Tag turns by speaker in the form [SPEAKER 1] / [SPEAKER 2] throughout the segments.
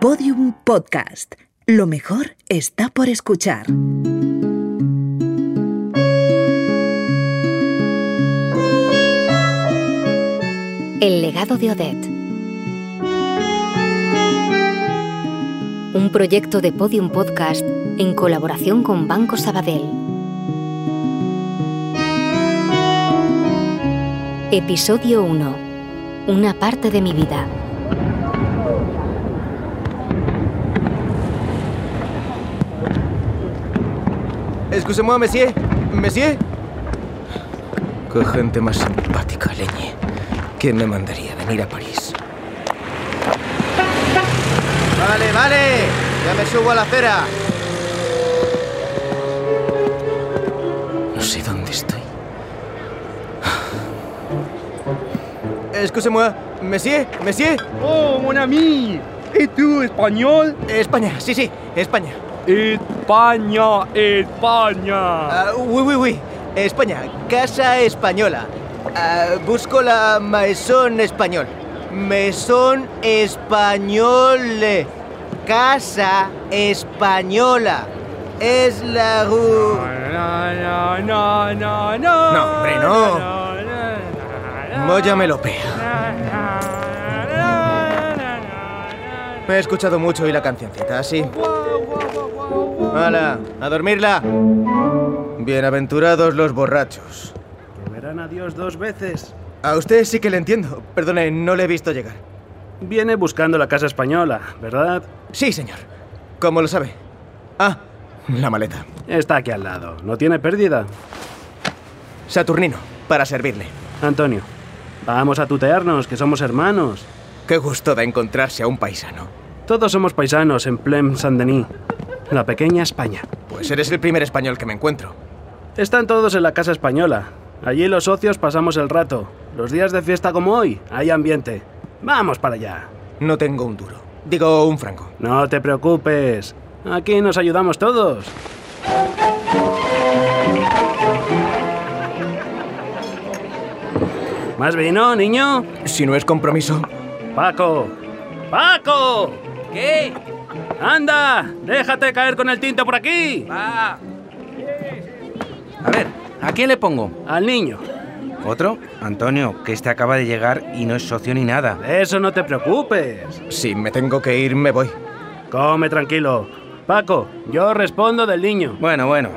[SPEAKER 1] Podium Podcast. Lo mejor está por escuchar.
[SPEAKER 2] El legado de Odette. Un proyecto de Podium Podcast en colaboración con Banco Sabadell. Episodio 1. Una parte de mi vida.
[SPEAKER 3] Excusez-moi, monsieur. Monsieur. Qué gente más simpática, Leñe. ¿Quién me mandaría venir a París? Vale, vale. Ya me subo a la acera. No sé dónde estoy. Excusez-moi, monsieur, monsieur.
[SPEAKER 4] Oh, mon ami ¿Y tú, español?
[SPEAKER 3] España, sí, sí, España.
[SPEAKER 4] España, España.
[SPEAKER 3] Ah, uy, uy, uy. España, Casa Española. Ah, busco la Maison Español. Maison Españole. Casa Española. Es la rue.
[SPEAKER 4] Na, na, na, na, na,
[SPEAKER 3] No, hombre, no.
[SPEAKER 4] na, na, na,
[SPEAKER 3] Moya me lo pega.
[SPEAKER 4] na, na, na, na, na,
[SPEAKER 3] Me he escuchado mucho y la cancioncita, así.
[SPEAKER 4] na. Guau, guau, guau, guau, guau.
[SPEAKER 3] ¡Hala! ¡A dormirla! Bienaventurados los borrachos.
[SPEAKER 5] Que verán a Dios dos veces.
[SPEAKER 3] A usted sí que le entiendo. Perdone, no le he visto llegar.
[SPEAKER 5] Viene buscando la casa española, ¿verdad?
[SPEAKER 3] Sí, señor. ¿Cómo lo sabe? Ah, la maleta.
[SPEAKER 5] Está aquí al lado. No tiene pérdida.
[SPEAKER 3] Saturnino, para servirle.
[SPEAKER 5] Antonio, vamos a tutearnos, que somos hermanos.
[SPEAKER 3] Qué gusto da encontrarse a un paisano.
[SPEAKER 5] Todos somos paisanos en Plem Saint-Denis, la pequeña España.
[SPEAKER 3] Pues eres el primer español que me encuentro.
[SPEAKER 5] Están todos en la casa española. Allí los socios pasamos el rato. Los días de fiesta como hoy, hay ambiente. Vamos para allá.
[SPEAKER 3] No tengo un duro. Digo, un franco.
[SPEAKER 5] No te preocupes. Aquí nos ayudamos todos. ¿Más vino, niño?
[SPEAKER 3] Si no es compromiso.
[SPEAKER 5] Paco. ¡Paco! ¿Qué? ¡Anda! ¡Déjate caer con el tinto por aquí!
[SPEAKER 6] A ver, ¿a quién le pongo?
[SPEAKER 5] Al niño.
[SPEAKER 6] ¿Otro? Antonio, que este acaba de llegar y no es socio ni nada.
[SPEAKER 5] De eso no te preocupes.
[SPEAKER 3] Si me tengo que ir, me voy.
[SPEAKER 5] Come tranquilo. Paco, yo respondo del niño.
[SPEAKER 6] Bueno, bueno,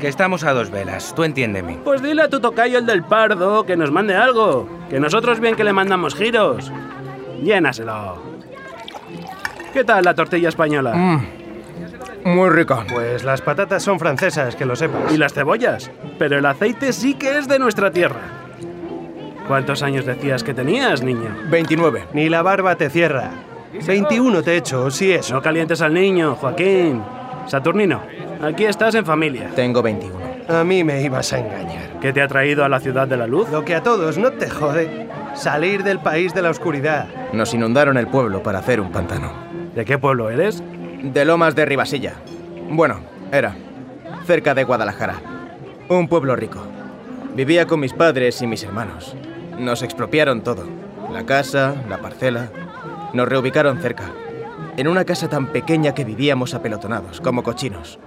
[SPEAKER 6] que estamos a dos velas, tú entiéndeme.
[SPEAKER 5] Pues dile a tu tocayo el del pardo que nos mande algo. Que nosotros bien que le mandamos giros. Llénaselo. ¿Qué tal la tortilla española?
[SPEAKER 3] Muy rico.
[SPEAKER 7] Pues las patatas son francesas, que lo sepas.
[SPEAKER 5] Y las cebollas. Pero el aceite sí que es de nuestra tierra. ¿Cuántos años decías que tenías, niña?
[SPEAKER 3] 29.
[SPEAKER 7] Ni la barba te cierra. 21 te echo, si eso.
[SPEAKER 5] No calientes al niño, Joaquín. Saturnino, aquí estás en familia.
[SPEAKER 3] Tengo 21.
[SPEAKER 7] A mí me ibas a engañar.
[SPEAKER 5] ¿Qué te ha traído a la ciudad de la luz?
[SPEAKER 7] Lo que a todos no te jode. Salir del país de la oscuridad.
[SPEAKER 3] Nos inundaron el pueblo para hacer un pantano.
[SPEAKER 5] ¿De qué pueblo eres?
[SPEAKER 3] De Lomas de Ribasilla. Bueno, era. Cerca de Guadalajara. Un pueblo rico. Vivía con mis padres y mis hermanos. Nos expropiaron todo. La casa, la parcela. Nos reubicaron cerca. En una casa tan pequeña que vivíamos apelotonados, como cochinos.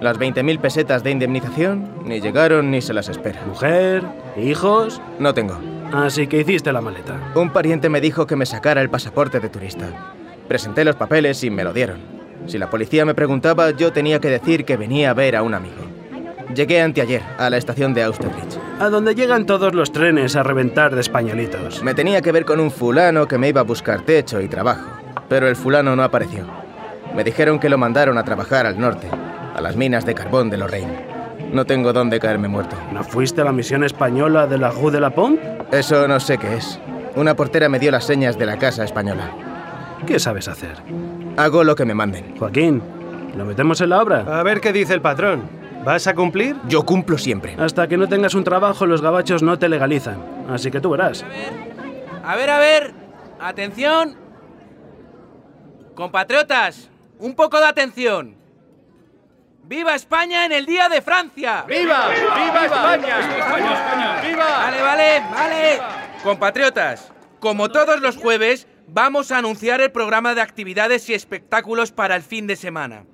[SPEAKER 3] Las 20.000 pesetas de indemnización ni llegaron ni se las espera.
[SPEAKER 5] Mujer, hijos.
[SPEAKER 3] No tengo.
[SPEAKER 5] Así que hiciste la maleta.
[SPEAKER 3] Un pariente me dijo que me sacara el pasaporte de turista. Presenté los papeles y me lo dieron. Si la policía me preguntaba, yo tenía que decir que venía a ver a un amigo. Llegué anteayer a la estación de Austerlitz.
[SPEAKER 5] A donde llegan todos los trenes a reventar de españolitos.
[SPEAKER 3] Me tenía que ver con un fulano que me iba a buscar techo y trabajo, pero el fulano no apareció. Me dijeron que lo mandaron a trabajar al norte, a las minas de carbón de Lorraine. No tengo dónde caerme muerto.
[SPEAKER 5] ¿No fuiste a la misión española de la Rue de la Pompe?
[SPEAKER 3] Eso no sé qué es. Una portera me dio las señas de la casa española.
[SPEAKER 5] ¿Qué sabes hacer?
[SPEAKER 3] Hago lo que me manden.
[SPEAKER 5] Joaquín, ¿lo metemos en la obra?
[SPEAKER 7] A ver qué dice el patrón. ¿Vas a cumplir?
[SPEAKER 3] Yo cumplo siempre.
[SPEAKER 5] Hasta que no tengas un trabajo, los gabachos no te legalizan. Así que tú verás.
[SPEAKER 8] A ver, a ver. Atención. Compatriotas, un poco de atención. ¡Viva España en el Día de Francia!
[SPEAKER 4] ¡Viva! ¡Viva España! ¡Viva!
[SPEAKER 8] Vale, vale, vale. Compatriotas, como todos los jueves, Vamos a anunciar el programa de actividades y espectáculos para el fin de semana.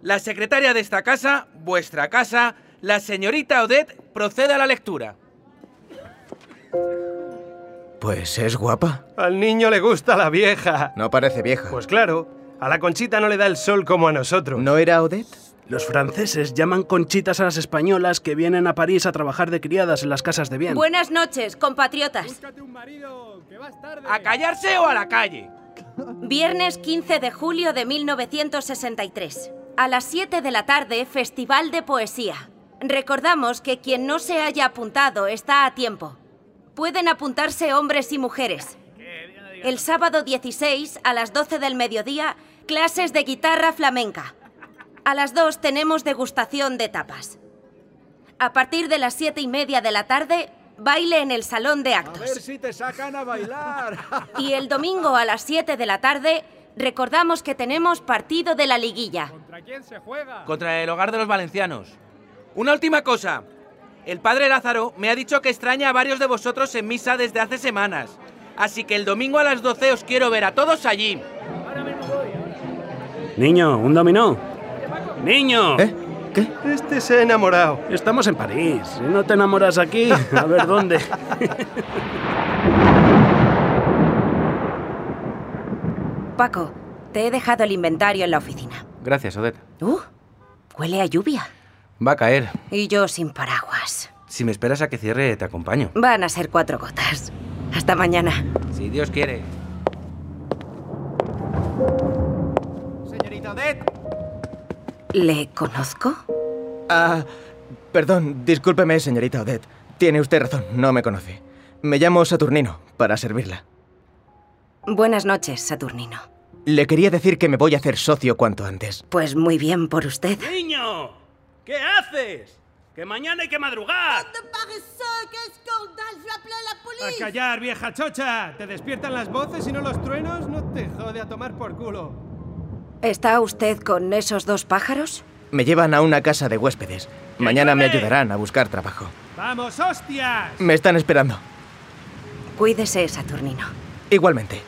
[SPEAKER 8] La secretaria de esta casa, vuestra casa, la señorita Odette, procede a la lectura.
[SPEAKER 3] Pues es guapa.
[SPEAKER 4] Al niño le gusta la vieja.
[SPEAKER 3] No parece vieja.
[SPEAKER 4] Pues claro, a la conchita no le da el sol como a nosotros.
[SPEAKER 3] ¿No era Odette?
[SPEAKER 5] Los franceses llaman conchitas a las españolas que vienen a París a trabajar de criadas en las casas de bien.
[SPEAKER 2] Buenas noches, compatriotas.
[SPEAKER 8] ¿A callarse o a la calle?
[SPEAKER 2] Viernes 15 de julio de 1963. A las 7 de la tarde, Festival de Poesía. Recordamos que quien no se haya apuntado está a tiempo. Pueden apuntarse hombres y mujeres. El sábado 16, a las 12 del mediodía, clases de guitarra flamenca. A las 2 tenemos degustación de tapas. A partir de las 7 y media de la tarde, baile en el salón de actos.
[SPEAKER 9] si te sacan a bailar.
[SPEAKER 2] Y el domingo a las 7 de la tarde recordamos que tenemos partido de la liguilla.
[SPEAKER 9] ¿Contra quién se juega?
[SPEAKER 8] Contra el hogar de los valencianos. Una última cosa. El padre Lázaro me ha dicho que extraña a varios de vosotros en misa desde hace semanas. Así que el domingo a las 12 os quiero ver a todos allí.
[SPEAKER 5] Niño, un dominó. Niño,
[SPEAKER 3] ¿Eh? ¿Qué?
[SPEAKER 4] Este se ha enamorado.
[SPEAKER 5] estamos en París. Si no te enamoras aquí, a ver dónde.
[SPEAKER 2] Paco, te he dejado el inventario en la oficina.
[SPEAKER 10] Gracias, Odette.
[SPEAKER 2] Uh, huele a lluvia.
[SPEAKER 10] Va a caer.
[SPEAKER 2] Y yo sin paraguas.
[SPEAKER 10] Si me esperas a que cierre, te acompaño.
[SPEAKER 2] Van a ser cuatro gotas. Hasta mañana.
[SPEAKER 10] Si Dios quiere.
[SPEAKER 8] Señorita Odette.
[SPEAKER 2] ¿Le conozco?
[SPEAKER 3] Ah, perdón, discúlpeme, señorita Odette. Tiene usted razón, no me conoce. Me llamo Saturnino, para servirla.
[SPEAKER 2] Buenas noches, Saturnino.
[SPEAKER 3] Le quería decir que me voy a hacer socio cuanto antes.
[SPEAKER 2] Pues muy bien por usted.
[SPEAKER 5] Niño, ¿qué haces? Que mañana hay que madrugar.
[SPEAKER 4] A callar, vieja chocha. Te despiertan las voces y no los truenos. No te jode a tomar por culo.
[SPEAKER 2] ¿Está usted con esos dos pájaros?
[SPEAKER 3] Me llevan a una casa de huéspedes. Mañana me ayudarán a buscar trabajo.
[SPEAKER 4] ¡Vamos, hostias!
[SPEAKER 3] Me están esperando.
[SPEAKER 2] Cuídese, Saturnino.
[SPEAKER 3] Igualmente.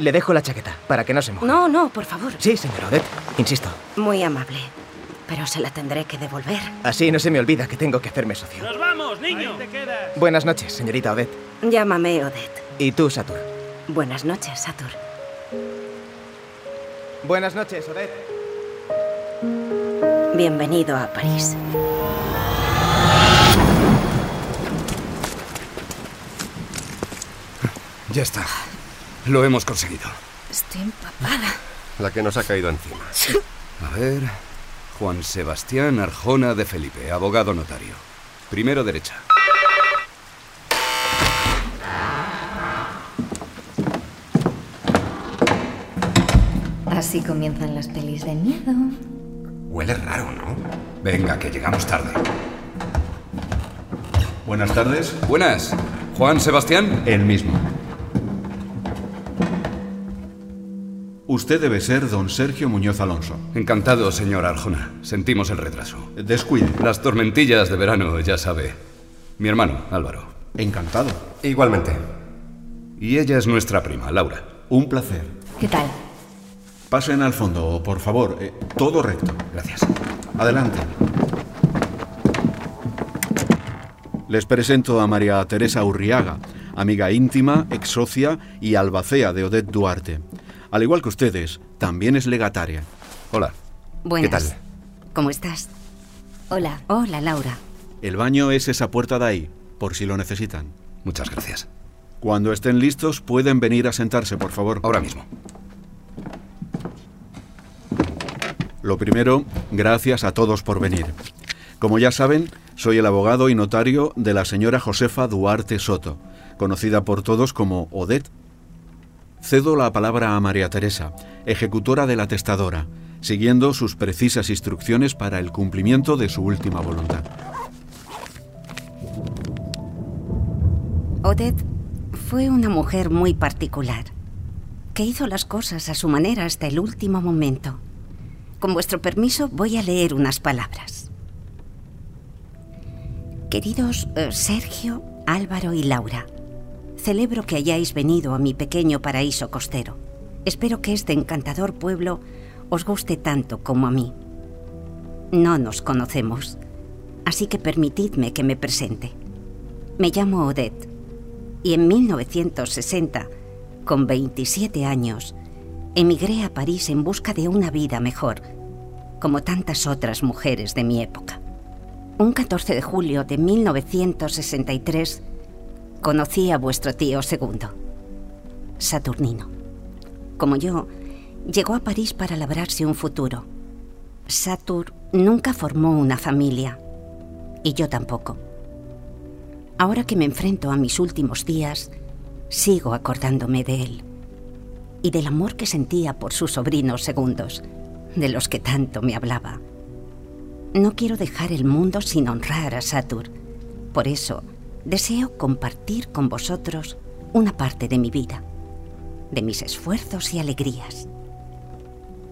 [SPEAKER 3] Le dejo la chaqueta para que no se moje.
[SPEAKER 2] No, no, por favor.
[SPEAKER 3] Sí, señora Odette, insisto.
[SPEAKER 2] Muy amable. Pero se la tendré que devolver.
[SPEAKER 3] Así no se me olvida que tengo que hacerme socio.
[SPEAKER 5] Nos vamos, niño.
[SPEAKER 3] Buenas noches, señorita Odette.
[SPEAKER 2] Llámame Odette.
[SPEAKER 3] Y tú, Satur.
[SPEAKER 2] Buenas noches, Satur.
[SPEAKER 3] Buenas noches, Odette.
[SPEAKER 2] Bienvenido a París.
[SPEAKER 11] Ya está. Lo hemos conseguido.
[SPEAKER 12] Estoy empapada.
[SPEAKER 11] La que nos ha caído encima. A ver. Juan Sebastián Arjona de Felipe, abogado notario. Primero derecha.
[SPEAKER 12] Así comienzan las pelis de miedo.
[SPEAKER 11] Huele raro, ¿no? Venga, que llegamos tarde. Buenas tardes. Buenas. Juan Sebastián.
[SPEAKER 13] El mismo. Usted debe ser don Sergio Muñoz Alonso.
[SPEAKER 11] Encantado, señor Arjona. Sentimos el retraso.
[SPEAKER 13] Descuide.
[SPEAKER 11] Las tormentillas de verano, ya sabe. Mi hermano, Álvaro.
[SPEAKER 13] Encantado.
[SPEAKER 11] Igualmente. Y ella es nuestra prima, Laura.
[SPEAKER 13] Un placer.
[SPEAKER 12] ¿Qué tal?
[SPEAKER 13] Pasen al fondo, por favor. eh, todo recto.
[SPEAKER 11] Gracias.
[SPEAKER 13] Adelante. Les presento a María Teresa Urriaga, amiga íntima, ex socia y albacea de Odette Duarte. Al igual que ustedes, también es legataria.
[SPEAKER 11] Hola.
[SPEAKER 12] Buenas.
[SPEAKER 11] ¿Qué tal?
[SPEAKER 12] ¿Cómo estás? Hola. Hola, Laura.
[SPEAKER 13] El baño es esa puerta de ahí, por si lo necesitan.
[SPEAKER 11] Muchas gracias.
[SPEAKER 13] Cuando estén listos, pueden venir a sentarse, por favor.
[SPEAKER 11] Ahora mismo.
[SPEAKER 13] Lo primero, gracias a todos por venir. Como ya saben, soy el abogado y notario de la señora Josefa Duarte Soto, conocida por todos como Odette. Cedo la palabra a María Teresa, ejecutora de la testadora, siguiendo sus precisas instrucciones para el cumplimiento de su última voluntad.
[SPEAKER 12] Odette fue una mujer muy particular, que hizo las cosas a su manera hasta el último momento. Con vuestro permiso voy a leer unas palabras. Queridos eh, Sergio, Álvaro y Laura, celebro que hayáis venido a mi pequeño paraíso costero.
[SPEAKER 2] Espero que este encantador pueblo os guste tanto como a mí. No nos conocemos, así que permitidme que me presente. Me llamo Odette y en 1960, con 27 años, emigré a París en busca de una vida mejor, como tantas otras mujeres de mi época. Un 14 de julio de 1963 conocí a vuestro tío segundo, Saturnino. Como yo, llegó a París para labrarse un futuro. Satur nunca formó una familia, y yo tampoco. Ahora que me enfrento a mis últimos días, sigo acordándome de él y del amor que sentía por sus sobrinos segundos, de los que tanto me hablaba. No quiero dejar el mundo sin honrar a Satur. Por eso, deseo compartir con vosotros una parte de mi vida, de mis esfuerzos y alegrías.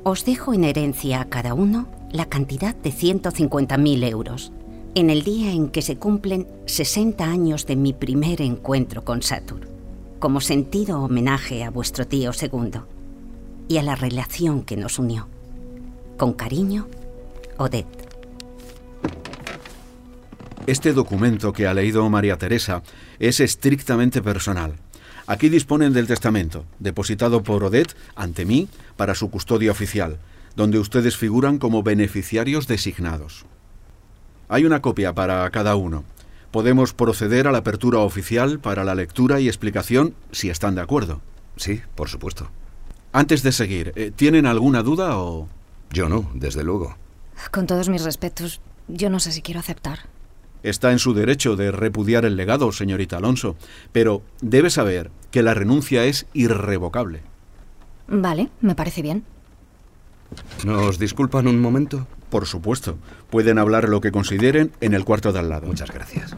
[SPEAKER 2] Os dejo en herencia a cada uno la cantidad de 150.000 euros en el día en que se cumplen 60 años de mi primer encuentro con Satur, como sentido homenaje a vuestro tío segundo y a la relación que nos unió. Con cariño, Odette.
[SPEAKER 14] Este documento que ha leído María Teresa es estrictamente personal. Aquí disponen del testamento, depositado por Odette ante mí para su custodia oficial, donde ustedes figuran como beneficiarios designados. Hay una copia para cada uno. Podemos proceder a la apertura oficial para la lectura y explicación si están de acuerdo.
[SPEAKER 13] Sí, por supuesto.
[SPEAKER 14] Antes de seguir, eh, ¿tienen alguna duda o...?
[SPEAKER 13] Yo no, desde luego.
[SPEAKER 12] Con todos mis respetos, yo no sé si quiero aceptar.
[SPEAKER 14] Está en su derecho de repudiar el legado, señorita Alonso, pero debe saber que la renuncia es irrevocable.
[SPEAKER 12] Vale, me parece bien.
[SPEAKER 13] ¿Nos disculpan un momento?
[SPEAKER 14] Por supuesto. Pueden hablar lo que consideren en el cuarto de al lado.
[SPEAKER 13] Muchas gracias.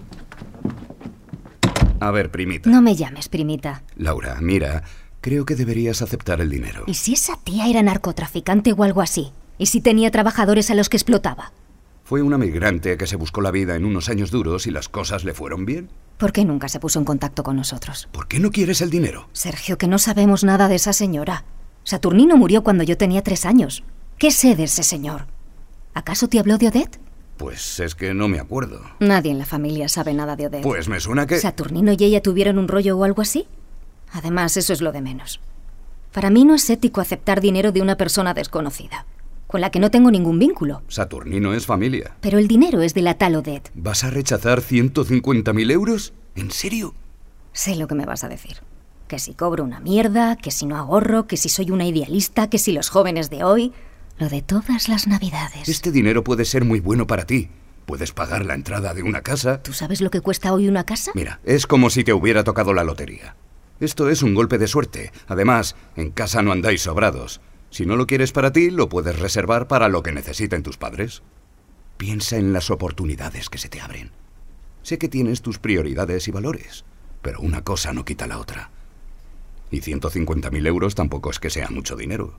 [SPEAKER 13] A ver, primita.
[SPEAKER 12] No me llames, primita.
[SPEAKER 13] Laura, mira, creo que deberías aceptar el dinero.
[SPEAKER 12] ¿Y si esa tía era narcotraficante o algo así? ¿Y si tenía trabajadores a los que explotaba?
[SPEAKER 13] Fue una migrante que se buscó la vida en unos años duros y las cosas le fueron bien.
[SPEAKER 12] ¿Por qué nunca se puso en contacto con nosotros?
[SPEAKER 13] ¿Por qué no quieres el dinero?
[SPEAKER 12] Sergio, que no sabemos nada de esa señora. Saturnino murió cuando yo tenía tres años. ¿Qué sé de ese señor? ¿Acaso te habló de Odette?
[SPEAKER 13] Pues es que no me acuerdo.
[SPEAKER 12] Nadie en la familia sabe nada de Odette.
[SPEAKER 13] Pues me suena que...
[SPEAKER 12] ¿Saturnino y ella tuvieron un rollo o algo así? Además, eso es lo de menos. Para mí no es ético aceptar dinero de una persona desconocida, con la que no tengo ningún vínculo.
[SPEAKER 13] Saturnino es familia.
[SPEAKER 12] Pero el dinero es de la tal Odette.
[SPEAKER 13] ¿Vas a rechazar 150.000 euros? ¿En serio?
[SPEAKER 12] Sé lo que me vas a decir. Que si cobro una mierda, que si no ahorro, que si soy una idealista, que si los jóvenes de hoy... Lo de todas las navidades.
[SPEAKER 13] Este dinero puede ser muy bueno para ti. Puedes pagar la entrada de una casa.
[SPEAKER 12] ¿Tú sabes lo que cuesta hoy una casa?
[SPEAKER 13] Mira, es como si te hubiera tocado la lotería. Esto es un golpe de suerte. Además, en casa no andáis sobrados. Si no lo quieres para ti, lo puedes reservar para lo que necesiten tus padres. Piensa en las oportunidades que se te abren. Sé que tienes tus prioridades y valores, pero una cosa no quita la otra. Y 150.000 euros tampoco es que sea mucho dinero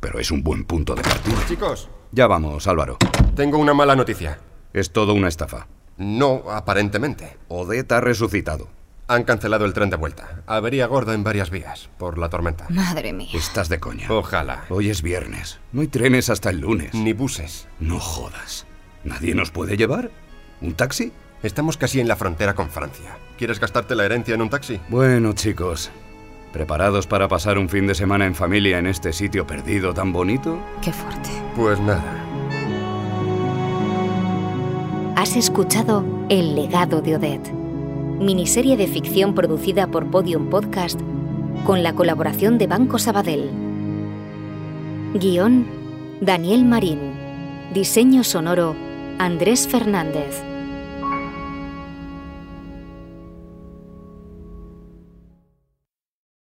[SPEAKER 13] pero es un buen punto de partida.
[SPEAKER 15] Chicos.
[SPEAKER 13] Ya vamos, Álvaro.
[SPEAKER 15] Tengo una mala noticia.
[SPEAKER 13] Es todo una estafa.
[SPEAKER 15] No, aparentemente.
[SPEAKER 13] Odette ha resucitado.
[SPEAKER 15] Han cancelado el tren de vuelta. Avería gorda en varias vías, por la tormenta.
[SPEAKER 12] Madre mía.
[SPEAKER 13] Estás de coña.
[SPEAKER 15] Ojalá.
[SPEAKER 13] Hoy es viernes. No hay trenes hasta el lunes.
[SPEAKER 15] Ni buses.
[SPEAKER 13] No jodas. ¿Nadie nos puede llevar? ¿Un taxi?
[SPEAKER 15] Estamos casi en la frontera con Francia. ¿Quieres gastarte la herencia en un taxi?
[SPEAKER 13] Bueno, chicos, ¿Preparados para pasar un fin de semana en familia en este sitio perdido tan bonito?
[SPEAKER 12] Qué fuerte.
[SPEAKER 15] Pues nada.
[SPEAKER 16] Has escuchado El legado de Odette, miniserie de ficción producida por Podium Podcast con la colaboración de Banco Sabadell. Guión, Daniel Marín. Diseño sonoro, Andrés Fernández.